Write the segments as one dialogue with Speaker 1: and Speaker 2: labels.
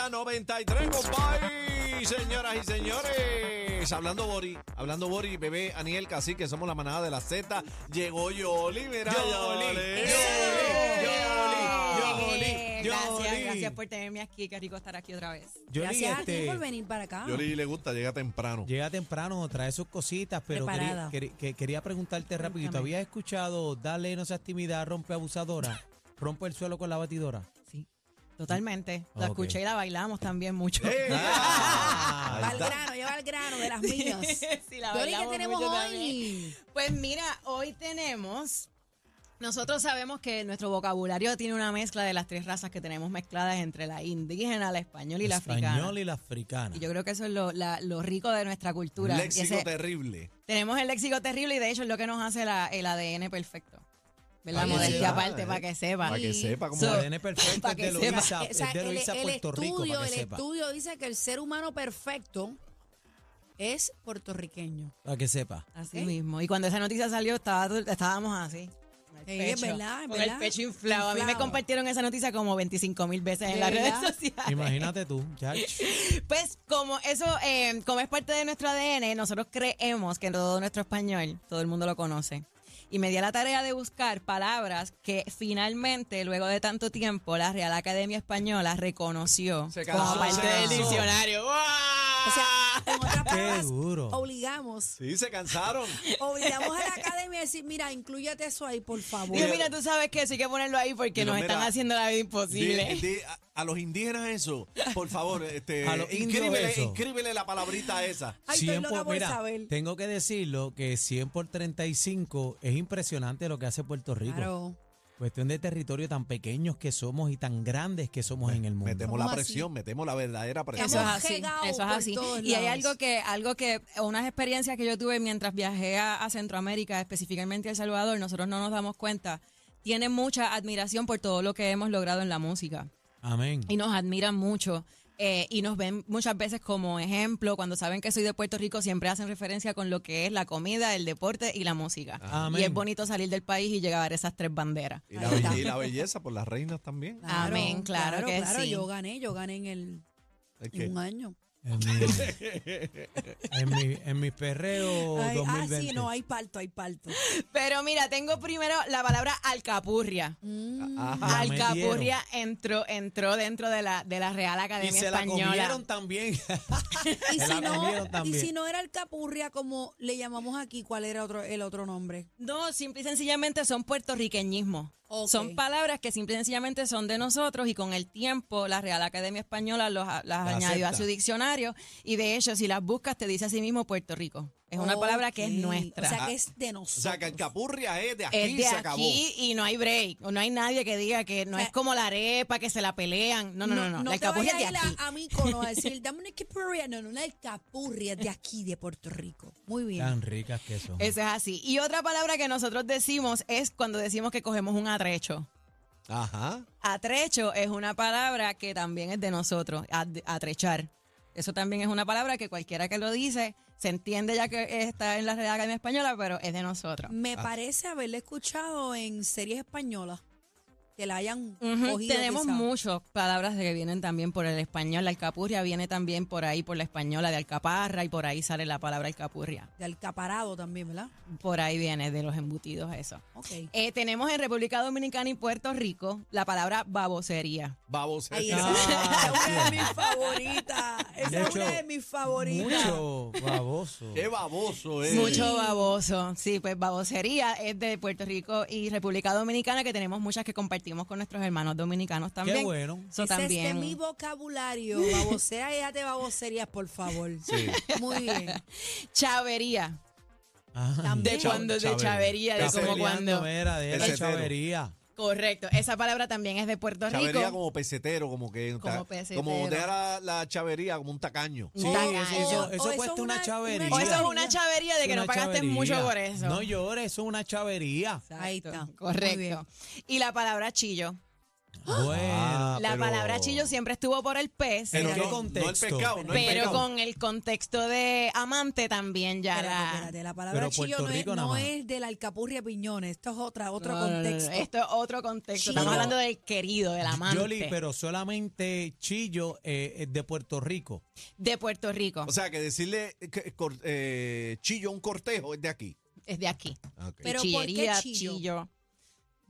Speaker 1: la 93, compay. Señoras y señores. Hablando Bori, hablando Bori, bebé, Aniel, Cacique, somos la manada de la Z. Llegó Yoli, mira.
Speaker 2: Yoli,
Speaker 1: Yoli, Yoli,
Speaker 2: Eh,
Speaker 1: Yoli,
Speaker 2: Gracias,
Speaker 1: Yoli.
Speaker 2: gracias por tenerme aquí. Qué rico estar aquí otra vez.
Speaker 3: Yoli,
Speaker 4: Gracias a
Speaker 3: este,
Speaker 4: ti por venir para acá.
Speaker 1: Yoli le gusta, llega temprano.
Speaker 3: Llega temprano, trae sus cositas, pero quería,
Speaker 4: Preparada.
Speaker 3: queri- que- quería preguntarte rápido.
Speaker 4: Cuéntame.
Speaker 3: ¿Habías escuchado Dale, no seas tímida, rompe abusadora? Rompe el suelo con la batidora.
Speaker 2: Sí, totalmente. La
Speaker 3: Ok.
Speaker 2: escuché y la bailamos también mucho.
Speaker 1: ¡Eh!
Speaker 3: Ah,
Speaker 4: Va
Speaker 1: Ahí
Speaker 4: al
Speaker 1: está.
Speaker 4: grano, lleva al grano de las mías.
Speaker 2: Sí, la
Speaker 4: Yoli, ¿qué
Speaker 2: bailamos
Speaker 4: tenemos
Speaker 2: mucho
Speaker 4: hoy?
Speaker 2: Pues mira, hoy tenemos. Nosotros sabemos que nuestro vocabulario tiene una mezcla de las tres razas que tenemos mezcladas entre la indígena, la española y la
Speaker 3: español
Speaker 2: africana.
Speaker 3: y la africana.
Speaker 2: Y yo creo que eso es lo, la- lo rico de nuestra cultura. Y
Speaker 1: Léxico
Speaker 2: ese-
Speaker 1: terrible.
Speaker 2: tenemos el léxico terrible y de hecho es lo que nos hace la- el ADN perfecto. ¿Verdad?
Speaker 4: Ahí
Speaker 2: Modestia
Speaker 4: está,
Speaker 2: aparte,
Speaker 1: eh.
Speaker 2: para que sepa.
Speaker 1: Para que
Speaker 4: Sí.
Speaker 1: sepa cómo
Speaker 2: So-
Speaker 1: es.
Speaker 3: el ADN perfecto
Speaker 2: Pa'
Speaker 3: es
Speaker 2: que
Speaker 3: de
Speaker 2: sepa.
Speaker 3: Luisa,
Speaker 4: O sea,
Speaker 3: es de
Speaker 4: el,
Speaker 3: Luisa,
Speaker 4: el
Speaker 3: Puerto Rico,
Speaker 4: estudio,
Speaker 3: para
Speaker 4: el
Speaker 3: que sepa.
Speaker 4: estudio dice que el ser humano perfecto es puertorriqueño.
Speaker 3: Para que sepa.
Speaker 2: Así
Speaker 4: ¿Ok?
Speaker 2: mismo. Y cuando esa noticia salió, estaba, estábamos así. con el
Speaker 4: Sí, es verdad, es
Speaker 2: con
Speaker 4: verdad.
Speaker 2: el pecho inflado. A mí me
Speaker 4: Inflado.
Speaker 2: compartieron esa noticia como 25 mil veces en las redes
Speaker 4: ¿Verdad?
Speaker 2: sociales.
Speaker 3: Imagínate tú, chacho.
Speaker 2: Pues como eso, eh, como es parte de nuestro ADN, nosotros creemos que en todo nuestro español todo el mundo lo conoce. Y me di a la tarea de buscar palabras que finalmente, luego de tanto tiempo, la Real Academia Española reconoció
Speaker 1: Se
Speaker 2: como
Speaker 1: casó,
Speaker 2: parte
Speaker 1: se
Speaker 2: del
Speaker 1: casó.
Speaker 2: diccionario.
Speaker 4: O sea, en otras
Speaker 3: Ah. Qué
Speaker 4: palabras,
Speaker 3: duro.
Speaker 4: obligamos,
Speaker 1: Sí, se cansaron.
Speaker 4: obligamos a la academia a decir, mira, inclúyate eso ahí, por favor.
Speaker 2: Digo, mira, tú sabes que eso hay que ponerlo ahí porque
Speaker 1: Digo,
Speaker 2: nos
Speaker 1: mira,
Speaker 2: están haciendo la vida
Speaker 1: Di-
Speaker 2: imposible.
Speaker 1: di- a, a los indígenas eso, por favor, este,
Speaker 3: A los indios
Speaker 1: inscríbele,
Speaker 3: eso.
Speaker 1: inscríbele la palabrita esa.
Speaker 4: Ay, estoy
Speaker 3: 100
Speaker 4: loca por
Speaker 3: mira,
Speaker 4: saber.
Speaker 3: tengo que decirlo que 100 por 35 es impresionante lo que hace Puerto Rico.
Speaker 4: Claro.
Speaker 3: Cuestión de territorio tan pequeños que somos y tan grandes que
Speaker 4: Pues,
Speaker 3: somos en el mundo.
Speaker 1: Metemos la
Speaker 4: ¿Cómo así?
Speaker 1: presión, metemos la verdadera presión.
Speaker 2: Eso es
Speaker 4: Estamos
Speaker 2: así,
Speaker 4: regados
Speaker 2: eso es
Speaker 4: por
Speaker 2: así.
Speaker 4: todos
Speaker 2: Y hay
Speaker 4: lados.
Speaker 2: algo que, algo que, unas experiencias que yo tuve mientras viajé a, a Centroamérica, específicamente a El Salvador, nosotros no nos damos cuenta, tienen mucha admiración por todo lo que hemos logrado en la música
Speaker 3: Amén.
Speaker 2: y nos admiran mucho. eh, y nos ven muchas veces como ejemplo, cuando saben que soy de Puerto Rico, siempre hacen referencia con lo que es la comida, el deporte y la música.
Speaker 3: Amén.
Speaker 2: Y es bonito salir del país y llegar a esas tres banderas.
Speaker 1: Y la,
Speaker 4: Ahí está.
Speaker 1: be- y la belleza por las reinas también.
Speaker 4: Claro,
Speaker 2: Amén, claro que
Speaker 4: claro,
Speaker 2: sí.
Speaker 4: Yo gané, yo gané en el
Speaker 1: Es
Speaker 4: en
Speaker 1: que-
Speaker 4: un año.
Speaker 3: En, mi, en, mi, en mis perreos
Speaker 4: Ay, ah,
Speaker 3: 2020.
Speaker 4: sí, no, hay palto, hay palto.
Speaker 2: Pero mira, tengo primero la palabra alcapurria.
Speaker 1: Ajá.
Speaker 3: Ah, me
Speaker 2: Alcapurria entró, entró dentro de la, de la Real
Speaker 3: y
Speaker 2: Academia
Speaker 3: se la
Speaker 2: Española.
Speaker 3: comieron
Speaker 4: Y
Speaker 3: también. Se
Speaker 4: si,
Speaker 3: la comieron
Speaker 4: no, y
Speaker 3: también.
Speaker 4: si no era el capurria, como le llamamos aquí, ¿cuál era otro, el otro nombre?
Speaker 2: No, simple y sencillamente son puertorriqueñismos.
Speaker 4: Ok.
Speaker 2: Son palabras que simple y sencillamente son de nosotros y con el tiempo la Real Academia Española los, las añadió a su
Speaker 3: acepta.
Speaker 2: diccionario y de hecho si las buscas te dice a sí mismo Puerto Rico. Es una palabra que es
Speaker 4: Ok.
Speaker 2: nuestra.
Speaker 4: O sea, que es de
Speaker 1: O
Speaker 4: nosotros.
Speaker 1: sea, que el capurria es de aquí,
Speaker 2: es de
Speaker 1: se acabó.
Speaker 2: aquí y no hay break, o no hay nadie que diga que no
Speaker 4: O sea,
Speaker 2: es como la arepa, que se la pelean. No, no, no, no. la
Speaker 4: te
Speaker 2: alcapurria
Speaker 4: vayas
Speaker 2: es
Speaker 4: a
Speaker 2: de
Speaker 4: ir
Speaker 2: aquí.
Speaker 4: a, a Míconos a decir, dame una capurria. No, no, una capurria de aquí, de Puerto Rico. Muy bien.
Speaker 3: Tan ricas que son.
Speaker 2: Eso es así. Y otra palabra que nosotros decimos es cuando decimos que cogemos un atrecho.
Speaker 1: Ajá.
Speaker 2: Atrecho es una palabra que también es de nosotros, ad- atrechar. Eso también es una palabra que cualquiera que lo dice se entiende ya que está en la Real Academia Española, pero es de nosotros.
Speaker 4: Me parece haberla escuchado en series españolas. Que la hayan
Speaker 2: Ujú,
Speaker 4: cogido.
Speaker 2: Tenemos
Speaker 4: quizá.
Speaker 2: muchas palabras que vienen también por el español. La alcapurria viene también por ahí, por la española de alcaparra, y por ahí sale la palabra alcapurria.
Speaker 4: De alcaparado también, ¿verdad?
Speaker 2: Por ahí viene de los embutidos eso.
Speaker 4: Ok.
Speaker 2: Eh, tenemos en República Dominicana y Puerto Rico la palabra babosería.
Speaker 1: Babos.
Speaker 4: Ahí
Speaker 3: Ah,
Speaker 4: esa, esa es una de mis favoritas. Esa
Speaker 3: De
Speaker 4: es una
Speaker 3: hecho,
Speaker 4: de mis favoritas.
Speaker 3: Mucho baboso.
Speaker 1: Qué baboso es.
Speaker 2: Mucho baboso. Sí, pues babosería es de Puerto Rico y República Dominicana, que tenemos muchas que compartimos con nuestros hermanos dominicanos también.
Speaker 3: Qué bueno.
Speaker 4: Ese
Speaker 2: Eso
Speaker 4: es de
Speaker 2: también.
Speaker 4: este mi vocabulario. Babosea y déjate baboserías, por favor.
Speaker 1: Sí.
Speaker 4: Muy bien.
Speaker 2: Chavería.
Speaker 3: Ajá.
Speaker 4: También.
Speaker 2: De
Speaker 4: Bien.
Speaker 2: cuando de
Speaker 1: Chavería.
Speaker 2: chavería, de
Speaker 3: Está
Speaker 2: como
Speaker 3: peleando,
Speaker 2: cuando.
Speaker 3: Era de
Speaker 1: El
Speaker 3: la
Speaker 1: setero.
Speaker 3: chavería.
Speaker 2: Correcto. Esa palabra también es de Puerto
Speaker 1: Chavería
Speaker 2: Rico.
Speaker 1: como pesetero, como que.
Speaker 2: Como pesetero.
Speaker 1: Como dejar la, la chavería como un tacaño.
Speaker 3: Sí,
Speaker 2: Tacaño.
Speaker 3: eso, eso- eso
Speaker 4: O eso es
Speaker 3: cuesta una,
Speaker 4: una-
Speaker 3: chavería.
Speaker 2: O
Speaker 4: una
Speaker 2: eso es
Speaker 4: chavería.
Speaker 2: una chavería de que
Speaker 3: Una
Speaker 2: no pagaste
Speaker 3: chavería.
Speaker 2: mucho por eso.
Speaker 3: No llores, eso es una chavería.
Speaker 2: Exacto.
Speaker 4: Ahí está. Muy bien.
Speaker 2: Correcto. Y la palabra chillo. la
Speaker 3: Bueno.
Speaker 1: pero-
Speaker 2: palabra chillo siempre estuvo por el pez.
Speaker 3: ¿En
Speaker 1: Pero
Speaker 3: qué
Speaker 1: no-
Speaker 3: contexto?
Speaker 1: No el pescado, no el
Speaker 2: pero
Speaker 1: pescado.
Speaker 2: con el contexto de amante también ya
Speaker 4: Espérate,
Speaker 2: la-
Speaker 4: espérate, la palabra
Speaker 3: Pero
Speaker 4: chillo
Speaker 3: Puerto
Speaker 4: no, es,
Speaker 3: Rico nada
Speaker 4: no
Speaker 3: más.
Speaker 4: es de la alcapurria piñones, esto es otra, otro
Speaker 2: No, no, no, no,
Speaker 4: contexto.
Speaker 2: Esto es otro contexto.
Speaker 4: Chillo.
Speaker 2: Estamos hablando del querido, del amante.
Speaker 3: Yoli, pero solamente Chillo eh, es de Puerto Rico.
Speaker 2: de Puerto Rico.
Speaker 1: O sea, que decirle que- cor- eh, chillo a un cortejo es de aquí.
Speaker 2: es de aquí.
Speaker 1: Ah, ok.
Speaker 4: Pero- ¿por qué
Speaker 2: Chillería,
Speaker 4: chillo?
Speaker 2: chillo?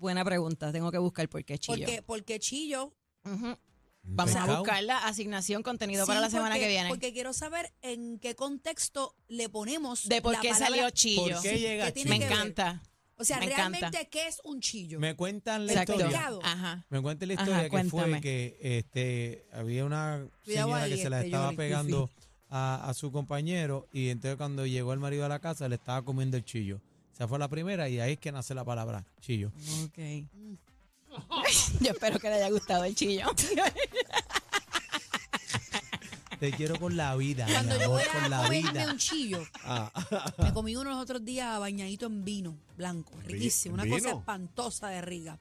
Speaker 2: Buena pregunta. Tengo que buscar por qué chillo.
Speaker 4: porque, porque chillo.
Speaker 2: Ujú. Vamos a
Speaker 3: Pescado.
Speaker 2: buscar la asignación contenido
Speaker 4: sí,
Speaker 2: para la semana
Speaker 4: porque-
Speaker 2: que viene.
Speaker 4: Porque quiero saber en qué contexto le ponemos.
Speaker 2: de por
Speaker 4: la
Speaker 2: qué
Speaker 4: palabra-
Speaker 2: salió chillo.
Speaker 3: ¿Por qué llega
Speaker 4: ¿Qué tiene
Speaker 2: Me
Speaker 4: que
Speaker 3: Chillo?
Speaker 4: ver?
Speaker 2: encanta.
Speaker 4: O sea,
Speaker 2: Me
Speaker 4: realmente,
Speaker 2: encanta.
Speaker 4: ¿qué es un chillo?
Speaker 3: Me cuentan la
Speaker 2: Exacto.
Speaker 3: historia.
Speaker 4: Pecado.
Speaker 2: Ajá.
Speaker 3: Me cuentan la
Speaker 2: Ajá,
Speaker 3: historia que
Speaker 2: cuéntame.
Speaker 3: fue que este, había una
Speaker 4: Cuidado
Speaker 3: señora
Speaker 4: ahí,
Speaker 3: que se la
Speaker 4: este,
Speaker 3: estaba
Speaker 4: Yoli,
Speaker 3: pegando a, a su compañero y entonces cuando llegó el marido a la casa le estaba comiendo el chillo. Esa fue la primera y ahí es que nace la palabra chillo.
Speaker 2: Yo espero que le haya gustado el chillo.
Speaker 3: Te quiero con la vida, mi
Speaker 4: Cuando yo
Speaker 3: amor,
Speaker 4: voy
Speaker 3: con
Speaker 4: a
Speaker 3: la
Speaker 4: comerme
Speaker 3: vida.
Speaker 4: un chillo,
Speaker 1: Ah,
Speaker 4: me comí uno los otros días bañadito en vino blanco, riquísimo, una cosa
Speaker 1: ¿Vino?
Speaker 4: espantosa de rica.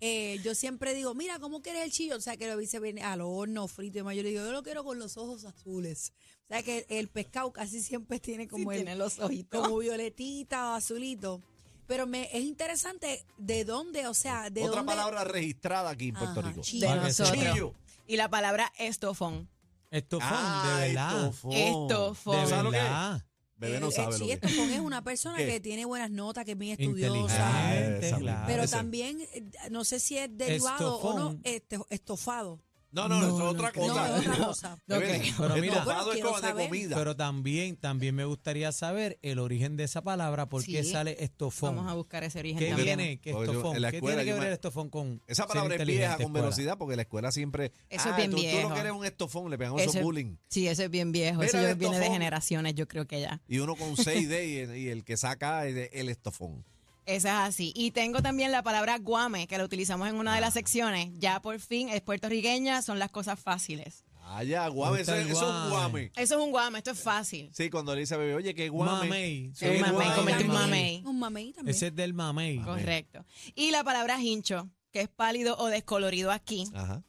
Speaker 4: Eh, yo siempre digo, mira, ¿cómo quieres el chillo? O sea, que lo hice bien al horno, frito y demás. Yo le digo, yo lo quiero con los ojos azules. O sea, que el, el pescado casi siempre tiene como el,
Speaker 2: tiene los ojitos.
Speaker 4: como violetita o azulito. Pero me es interesante de dónde, o sea, de
Speaker 1: otra
Speaker 4: dónde.
Speaker 1: palabra registrada aquí en Puerto
Speaker 4: Ajá,
Speaker 1: Rico.
Speaker 4: chillo.
Speaker 2: De
Speaker 3: Para que
Speaker 2: nosotros.
Speaker 3: sepa.
Speaker 1: Chillo.
Speaker 2: Y la palabra estofón.
Speaker 3: Esto fue,
Speaker 1: Ah,
Speaker 3: de verdad.
Speaker 1: estofón.
Speaker 2: Estofón.
Speaker 3: De
Speaker 1: ¿Sabes lo que es?
Speaker 3: verdad.
Speaker 1: Bebé
Speaker 4: El-
Speaker 1: no
Speaker 4: el
Speaker 1: sabe lo que
Speaker 4: chillo
Speaker 1: es.
Speaker 4: es una persona
Speaker 1: ¿Qué?
Speaker 4: que tiene buenas notas, que es bien estudiosa.
Speaker 1: Ah,
Speaker 3: Inteligente,
Speaker 1: esa
Speaker 3: claro.
Speaker 4: Pero
Speaker 1: Parece.
Speaker 4: también, eh, no sé si es derivado o no,
Speaker 3: Estofón.
Speaker 4: este, estofado.
Speaker 1: No, no, no, eso
Speaker 2: No,
Speaker 1: es otra
Speaker 2: no,
Speaker 1: cosa.
Speaker 4: no, es otra cosa.
Speaker 1: Bebé,
Speaker 2: Ok.
Speaker 3: Pero mira-
Speaker 1: estofado es
Speaker 4: Quiero
Speaker 1: como de
Speaker 4: saber.
Speaker 1: comida.
Speaker 3: Pero también, también me gustaría saber el origen de esa palabra, por qué
Speaker 2: Sí.
Speaker 3: sale estofón.
Speaker 2: Vamos a buscar ese origen
Speaker 3: ¿Qué
Speaker 2: también.
Speaker 3: viene? ¿Qué
Speaker 1: Porque yo-
Speaker 3: estofón?
Speaker 1: en la
Speaker 3: ¿Qué
Speaker 1: escuela
Speaker 3: tiene que
Speaker 1: yo
Speaker 3: ver
Speaker 1: me-
Speaker 3: el estofón con
Speaker 1: Esa
Speaker 3: ser
Speaker 1: palabra es
Speaker 3: inteligente,
Speaker 1: vieja con
Speaker 3: escuela?
Speaker 1: velocidad porque la escuela siempre.
Speaker 2: Eso es
Speaker 1: ah,
Speaker 2: bien
Speaker 1: tú, tú
Speaker 2: viejo.
Speaker 1: lo que eres un estofón, le pegamos
Speaker 2: Eso
Speaker 1: esos
Speaker 2: es-
Speaker 1: bullying.
Speaker 2: Sí, eso es bien viejo.
Speaker 1: Mira
Speaker 2: eso
Speaker 1: el
Speaker 2: ya viene de
Speaker 1: estofón.
Speaker 2: generaciones, yo creo que ya.
Speaker 1: Y uno con 6D y el, y el que saca es de- el estofón.
Speaker 2: Esa es así. Y tengo también la palabra guame, que la utilizamos en una de
Speaker 1: Ah.
Speaker 2: las secciones. Ya por fin es puertorriqueña, son las cosas fáciles.
Speaker 1: Ah, ya, guame,
Speaker 3: Me gusta
Speaker 1: eso,
Speaker 3: el
Speaker 1: eso es un
Speaker 3: guame.
Speaker 1: guame.
Speaker 2: Eso es un guame, esto es fácil.
Speaker 1: Sí, cuando le dice a bebé, oye, qué guame.
Speaker 3: Mamey.
Speaker 1: Sí,
Speaker 2: El mamey,
Speaker 1: guame.
Speaker 2: comete un
Speaker 1: Mamey.
Speaker 2: mamey.
Speaker 4: Un mamey también.
Speaker 3: Ese es del mamey.
Speaker 2: Correcto. Y la palabra hincho, que es pálido o descolorido aquí,
Speaker 1: Ajá.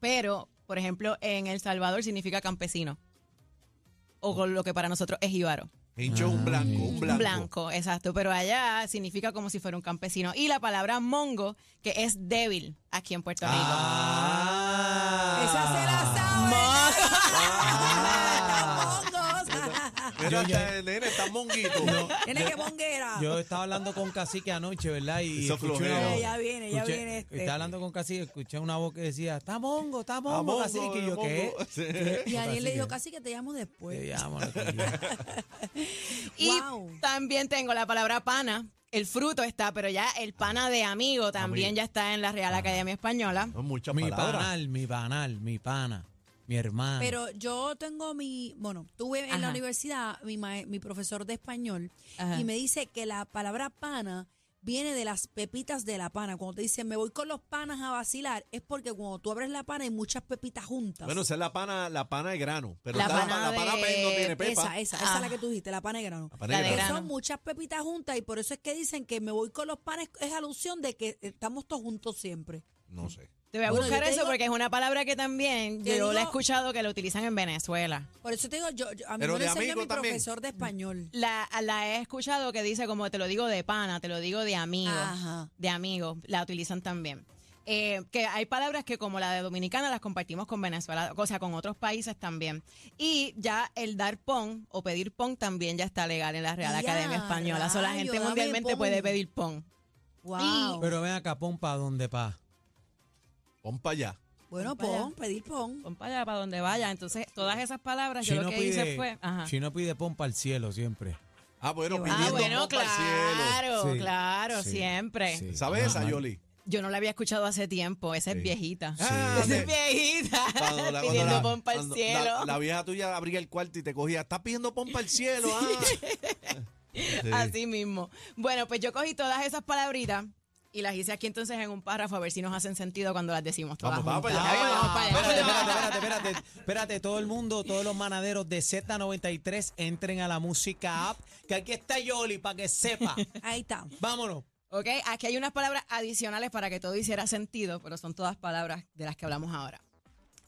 Speaker 2: pero, por ejemplo, en El Salvador significa campesino. O con lo que para nosotros es jíbaro.
Speaker 1: Hincho
Speaker 3: Ah.
Speaker 1: un blanco, un blanco.
Speaker 2: Blanco, exacto. Pero allá significa como si fuera un campesino. Y la palabra mongo, que es débil aquí en Puerto Rico.
Speaker 1: Ah.
Speaker 4: Esa se la sabe.
Speaker 1: Ah.
Speaker 4: Mongos.
Speaker 1: Mira,
Speaker 3: Yo- yo-
Speaker 1: está, el nene está monguito.
Speaker 4: Tiene que monguera.
Speaker 3: Yo estaba hablando con Cacique anoche, ¿verdad? Y
Speaker 1: Eso
Speaker 3: escuché
Speaker 1: flojera.
Speaker 3: una voz.
Speaker 1: Eh,
Speaker 4: ya viene, ya
Speaker 3: Escuché-
Speaker 4: viene este.
Speaker 3: Estaba hablando con Cacique, escuché una voz que decía, está mongo, está
Speaker 1: Ah,
Speaker 3: mongo,
Speaker 1: mongo,
Speaker 3: Cacique. Y yo,
Speaker 1: mongo.
Speaker 3: ¿qué?
Speaker 1: Sí.
Speaker 4: y Daniel le dijo,
Speaker 3: Cacique,
Speaker 4: casi que te llamo después.
Speaker 3: te llamo, no te llamo.
Speaker 2: Y
Speaker 4: Wow.
Speaker 2: también tengo la palabra pana. El fruto está, pero ya el pana de amigo también
Speaker 1: Amigo.
Speaker 2: ya está en la Real Academia Española.
Speaker 1: No, muchas
Speaker 3: Mi
Speaker 1: palabras.
Speaker 3: panal, mi panal, mi pana, mi hermano.
Speaker 4: Pero yo tengo mi, bueno, tuve en la
Speaker 2: Ajá.
Speaker 4: universidad mi, mae- mi profesor de español
Speaker 2: Ajá.
Speaker 4: y me dice que la palabra pana viene de las pepitas de la pana. Cuando te dicen me voy con los panas a vacilar, es porque cuando tú abres la pana hay muchas pepitas juntas.
Speaker 1: Bueno, esa es la pana, la pana de grano. Pero
Speaker 2: La
Speaker 1: está la,
Speaker 2: pana
Speaker 1: la pana
Speaker 2: de-
Speaker 1: pe- no tiene pepa.
Speaker 4: esa, esa, esa es la
Speaker 2: Ah.
Speaker 4: que tú dijiste, la pana de grano.
Speaker 1: La pana de
Speaker 2: La de
Speaker 1: grano.
Speaker 4: Que
Speaker 2: grano.
Speaker 4: son muchas pepitas juntas y por eso es que dicen que me voy con los panes es alusión de que estamos todos juntos siempre.
Speaker 1: No sé.
Speaker 2: Te voy a
Speaker 4: Bueno,
Speaker 2: buscar
Speaker 4: yo te
Speaker 2: eso
Speaker 4: digo-
Speaker 2: porque es una palabra que también
Speaker 4: Te
Speaker 2: yo la he
Speaker 4: digo-
Speaker 2: escuchado que la utilizan en Venezuela.
Speaker 4: Por eso te digo, yo, yo- a mí
Speaker 1: Pero
Speaker 4: me lo
Speaker 1: de
Speaker 4: enseñó
Speaker 1: amigo
Speaker 4: mi
Speaker 1: también.
Speaker 4: profesor de español.
Speaker 2: La, la he escuchado que dice como te lo digo de pana, te lo digo de amigo.
Speaker 4: Ajá.
Speaker 2: De amigo, la utilizan también. Eh, que hay palabras que como la de Dominicana las compartimos con Venezuela, o sea, con otros países también. Y ya el dar pon o pedir pon también ya está legal en la Real
Speaker 4: Ya,
Speaker 2: Academia Española. O sea, la
Speaker 4: rayo,
Speaker 2: gente
Speaker 4: dame
Speaker 2: mundialmente
Speaker 4: pon.
Speaker 2: puede pedir pon.
Speaker 4: Wow.
Speaker 3: Pero ven acá, pon pa' donde pa.
Speaker 1: Pon para allá.
Speaker 4: bueno,
Speaker 2: Vaya.
Speaker 4: pon, pedir pon.
Speaker 2: Pon para allá, para donde vaya. Entonces, todas esas palabras yo lo que hice fue... Ajá.
Speaker 3: Chino pide pon para el cielo siempre.
Speaker 1: Ah, bueno,
Speaker 4: Ah,
Speaker 1: pidiendo
Speaker 2: Ah, bueno,
Speaker 1: pon pa'l cielo.
Speaker 2: claro,
Speaker 3: Sí,
Speaker 2: claro,
Speaker 3: sí,
Speaker 2: siempre.
Speaker 3: sí.
Speaker 1: ¿Sabes esa,
Speaker 3: Ajá.
Speaker 1: Yoli?
Speaker 2: Yo no la había escuchado hace tiempo, esa
Speaker 1: Sí.
Speaker 2: es viejita.
Speaker 1: Ah,
Speaker 2: Esa
Speaker 1: ok.
Speaker 2: es viejita,
Speaker 1: Cuando la- cuando
Speaker 2: pidiendo
Speaker 1: la-
Speaker 2: pompa al
Speaker 1: cuando
Speaker 2: cielo.
Speaker 1: La, la vieja tuya abría el cuarto y te cogía. Estás pidiendo pompa al cielo. Ah. Sí.
Speaker 2: Así mismo. Bueno, pues yo cogí todas esas palabritas y las hice aquí entonces en un párrafo a ver si nos hacen sentido cuando las decimos todas.
Speaker 1: Vamos, vamos
Speaker 2: juntas.
Speaker 1: para allá,
Speaker 2: Vamos,
Speaker 1: vamos
Speaker 2: para allá.
Speaker 3: Espérate, espérate, espérate, espérate. Espérate, todo el mundo, todos los manaderos de Z93 entren a la música app, que aquí está Yoli para que sepa.
Speaker 4: Ahí está.
Speaker 3: Vámonos.
Speaker 2: ¿Ok? Aquí hay unas palabras adicionales para que todo hiciera sentido, pero son todas palabras de las que hablamos ahora.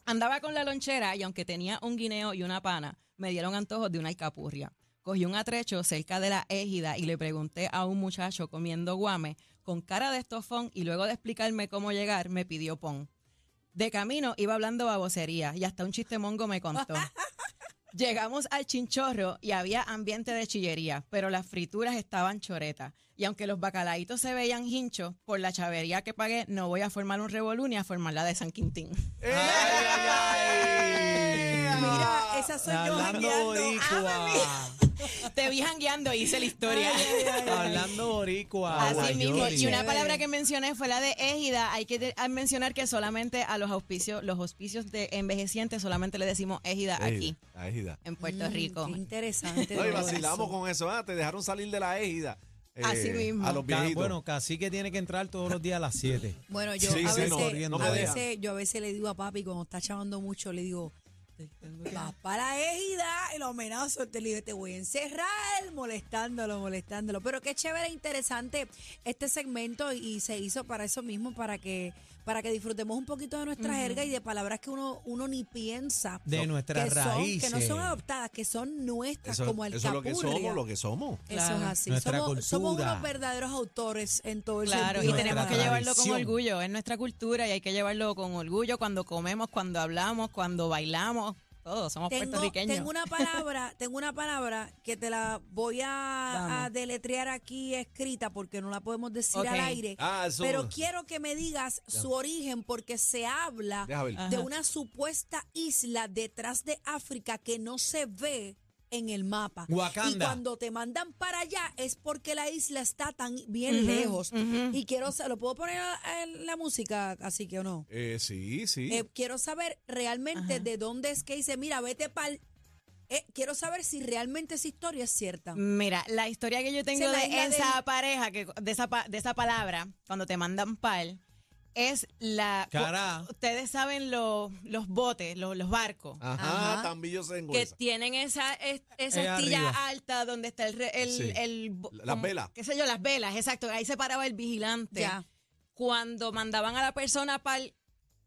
Speaker 2: Andaba con la lonchera y aunque tenía un guineo y una pana, me dieron antojos de una alcapurria. Cogí un atrecho cerca de la égida y le pregunté a un muchacho comiendo guame con cara de estofón y luego de explicarme cómo llegar me pidió pon. De camino iba hablando babosería y hasta un chiste mongo me contó. Llegamos al chinchorro y había ambiente de chillería, pero las frituras estaban choretas. Y aunque los bacalaitos se veían hinchos, por la chavería que pagué no voy a formar un revolú ni a formar la de San Quintín.
Speaker 1: ¡Ey, ay, ay!
Speaker 4: Mira, esa soy yo
Speaker 3: Hablando
Speaker 4: jangueando.
Speaker 3: boricua.
Speaker 2: Te vi jangueando y hice la historia.
Speaker 3: Hablando boricua.
Speaker 2: Así mismo.
Speaker 3: Guayoli.
Speaker 2: Y una
Speaker 4: Chévere.
Speaker 2: palabra que mencioné fue la de égida. Hay que de- a mencionar que solamente a los auspicios, los auspicios de envejecientes solamente le decimos égida aquí,
Speaker 1: La égida.
Speaker 2: en Puerto
Speaker 4: Mm,
Speaker 2: Rico.
Speaker 4: qué interesante.
Speaker 1: No, y
Speaker 4: todo
Speaker 1: vacilamos
Speaker 4: eso.
Speaker 1: con eso. Ah, te dejaron salir de la égida. eh,
Speaker 2: Así mismo.
Speaker 1: A los
Speaker 3: Ca-
Speaker 1: viejitos.
Speaker 3: Bueno, cacique tiene que entrar todos los días a las 7.
Speaker 4: Bueno, yo
Speaker 1: Sí,
Speaker 4: a
Speaker 1: sí,
Speaker 4: veces,
Speaker 1: no, corriendo,
Speaker 4: a
Speaker 1: no
Speaker 4: veces-
Speaker 1: dejan.
Speaker 4: yo a veces le digo a papi cuando está chavando mucho, le digo, vas para égida y lo amenazo, te le digo, te voy a encerrar, molestándolo, molestándolo. Pero qué chévere, e interesante este segmento y, y se hizo para eso mismo, para que, para que disfrutemos un poquito de nuestra jerga y de palabras que uno, uno ni piensa.
Speaker 3: De
Speaker 4: que
Speaker 3: nuestras
Speaker 4: son-
Speaker 3: raíces.
Speaker 4: que no son adoptadas, que son nuestras,
Speaker 1: eso,
Speaker 4: como el
Speaker 1: eso es lo que somos, lo que somos.
Speaker 4: Eso es
Speaker 2: Claro.
Speaker 4: así.
Speaker 3: Nuestra
Speaker 4: Somos, somos
Speaker 3: cultura.
Speaker 4: unos verdaderos autores en todo el
Speaker 2: Claro, y
Speaker 4: sentido.
Speaker 3: Nuestra
Speaker 2: tenemos que llevarlo con
Speaker 3: tradición.
Speaker 2: orgullo, es nuestra cultura y hay que llevarlo con orgullo cuando comemos, cuando hablamos, cuando bailamos, todos somos
Speaker 4: Tengo,
Speaker 2: puertorriqueños.
Speaker 4: tengo una palabra, tengo una palabra que te la voy a,
Speaker 2: Vamos.
Speaker 4: a deletrear aquí escrita porque no la podemos decir
Speaker 2: Ok.
Speaker 4: al aire.
Speaker 1: Ah, eso-
Speaker 4: Pero quiero que me digas su origen porque se habla
Speaker 1: Deja ver.
Speaker 4: de
Speaker 2: Ajá.
Speaker 4: una supuesta isla detrás de África que no se ve en el mapa. Y
Speaker 3: Wakanda.
Speaker 4: cuando te mandan para allá es porque la isla está tan bien lejos. Y quiero, sa- ¿lo puedo poner a- en la música así que o no?
Speaker 1: Eh, sí, sí.
Speaker 4: Eh, quiero saber realmente de dónde es que dice, mira, vete pa'l... Eh, quiero saber si realmente esa historia es cierta.
Speaker 2: Mira, la historia que yo tengo
Speaker 4: Se la
Speaker 2: de
Speaker 4: isla
Speaker 2: esa
Speaker 4: del-
Speaker 2: pareja, que, de, esa, pa- de esa palabra, cuando te mandan pal, es la...
Speaker 3: Cara.
Speaker 2: Ustedes saben lo- los botes, lo- los barcos.
Speaker 3: Ah,
Speaker 1: ajá,
Speaker 4: ajá.
Speaker 1: también se
Speaker 2: que
Speaker 1: engüenza.
Speaker 2: tienen esa, es- esa
Speaker 3: Eh,
Speaker 2: astilla
Speaker 3: arriba.
Speaker 2: alta donde está el... re- el,
Speaker 1: Sí.
Speaker 2: el bo-
Speaker 1: Las velas.
Speaker 2: Qué sé yo, las velas, exacto. Ahí se paraba el vigilante.
Speaker 4: Ya.
Speaker 2: Cuando mandaban a la persona para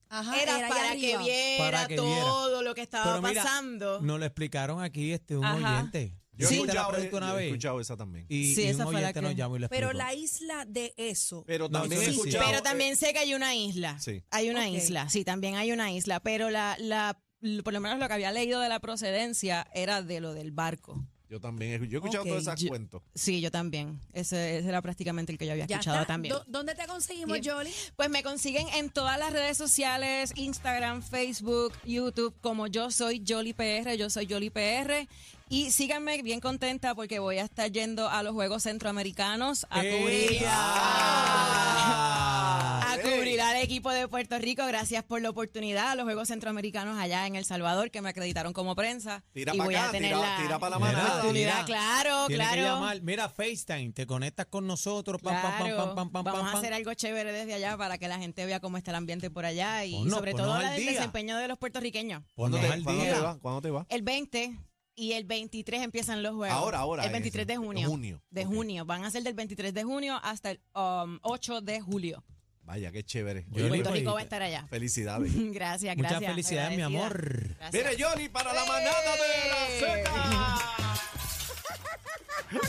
Speaker 4: Ajá,
Speaker 2: era,
Speaker 4: ahí
Speaker 2: para que
Speaker 4: Ah, arriba.
Speaker 2: viera
Speaker 3: Para que viera.
Speaker 2: todo lo que estaba
Speaker 3: Pero mira,
Speaker 2: pasando.
Speaker 3: Nos lo explicaron aquí este un
Speaker 2: Ajá.
Speaker 3: oyente.
Speaker 1: Yo he
Speaker 3: ¿Viste la
Speaker 1: escuchado, eh,
Speaker 3: pregunta
Speaker 1: yo
Speaker 3: una
Speaker 1: he
Speaker 3: vez?
Speaker 1: escuchado esa también.
Speaker 3: Y,
Speaker 2: Sí,
Speaker 3: y
Speaker 2: esa
Speaker 3: un
Speaker 2: fue la
Speaker 3: oyente
Speaker 2: que-
Speaker 3: nos llamó y lo explicó.
Speaker 4: Pero la isla de eso.
Speaker 1: Pero
Speaker 3: No,
Speaker 1: también
Speaker 3: eso
Speaker 1: he
Speaker 3: sí, sí.
Speaker 1: escuchado.
Speaker 2: Pero
Speaker 1: eh,
Speaker 2: también sé que hay una isla.
Speaker 1: sí.
Speaker 2: Hay una
Speaker 4: Ok.
Speaker 2: isla, sí, también hay una isla. Pero la, la, por lo menos lo que había leído de la procedencia era de lo del barco.
Speaker 1: Yo también he, yo he escuchado
Speaker 4: Ok,
Speaker 1: todos esos
Speaker 2: yo-
Speaker 1: cuentos.
Speaker 2: Sí, yo también. Ese, ese era prácticamente el que yo había
Speaker 4: Ya
Speaker 2: escuchado
Speaker 4: está.
Speaker 2: también.
Speaker 4: Do- ¿Dónde te conseguimos,
Speaker 2: Bien.
Speaker 4: Jolie?
Speaker 2: Pues me consiguen en todas las redes sociales, Instagram, Facebook, YouTube, como yo soy Jolly PR, yo soy Jolly PR. Y síganme bien contenta porque voy a estar yendo a los Juegos Centroamericanos a cubrir.
Speaker 1: Ah,
Speaker 2: A
Speaker 1: ey.
Speaker 2: cubrir al equipo de Puerto Rico, gracias por la oportunidad a los Juegos Centroamericanos allá en El Salvador que me acreditaron como prensa.
Speaker 1: Tira
Speaker 2: y
Speaker 1: pa'
Speaker 2: voy
Speaker 1: acá,
Speaker 2: a tener
Speaker 1: tira-
Speaker 2: la,
Speaker 1: tira pa' la
Speaker 2: la
Speaker 1: manada.
Speaker 2: oportunidad,
Speaker 3: Mira,
Speaker 2: claro,
Speaker 3: Tienes que
Speaker 2: claro.
Speaker 3: llamar. Mira, FaceTime, te conectas con nosotros. Pam, pam, pam,
Speaker 2: Claro,
Speaker 3: pam, pam, pam,
Speaker 2: vamos
Speaker 3: pam,
Speaker 2: a
Speaker 3: pam.
Speaker 2: hacer algo chévere desde allá para que la gente vea cómo está el ambiente por allá y
Speaker 3: Ponnos,
Speaker 2: sobre
Speaker 3: ponnos
Speaker 2: todo
Speaker 3: pues al
Speaker 2: el
Speaker 3: día.
Speaker 2: desempeño de los puertorriqueños.
Speaker 1: ¿Cuándo
Speaker 3: Ponnos
Speaker 1: te,
Speaker 3: al
Speaker 1: cuándo te
Speaker 3: día.
Speaker 1: va? ¿Cuándo te va?
Speaker 2: El 20 y el 23 empiezan los juegos.
Speaker 1: Ahora, ahora,
Speaker 2: El
Speaker 1: en
Speaker 2: 23 de
Speaker 1: ese-
Speaker 2: junio.
Speaker 1: junio,
Speaker 2: De
Speaker 1: ok.
Speaker 2: junio. Van a ser del 23 de junio hasta el um, 8 de julio.
Speaker 1: Vaya, qué chévere.
Speaker 3: Yo
Speaker 1: Oye,
Speaker 3: le-
Speaker 2: Puerto
Speaker 3: pues,
Speaker 2: Rico va a estar allá.
Speaker 1: Felicidades.
Speaker 2: Gracias, gracias.
Speaker 3: Muchas felicidades, mi
Speaker 2: agradecida.
Speaker 3: amor.
Speaker 2: Gracias.
Speaker 1: Mire, Johnny, para la manada de
Speaker 2: Eh.
Speaker 1: la Z.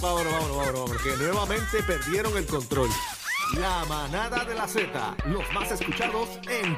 Speaker 1: vámonos, vámonos, vámonos, vámonos, que nuevamente perdieron el control.
Speaker 5: La manada de la Z, los más escuchados en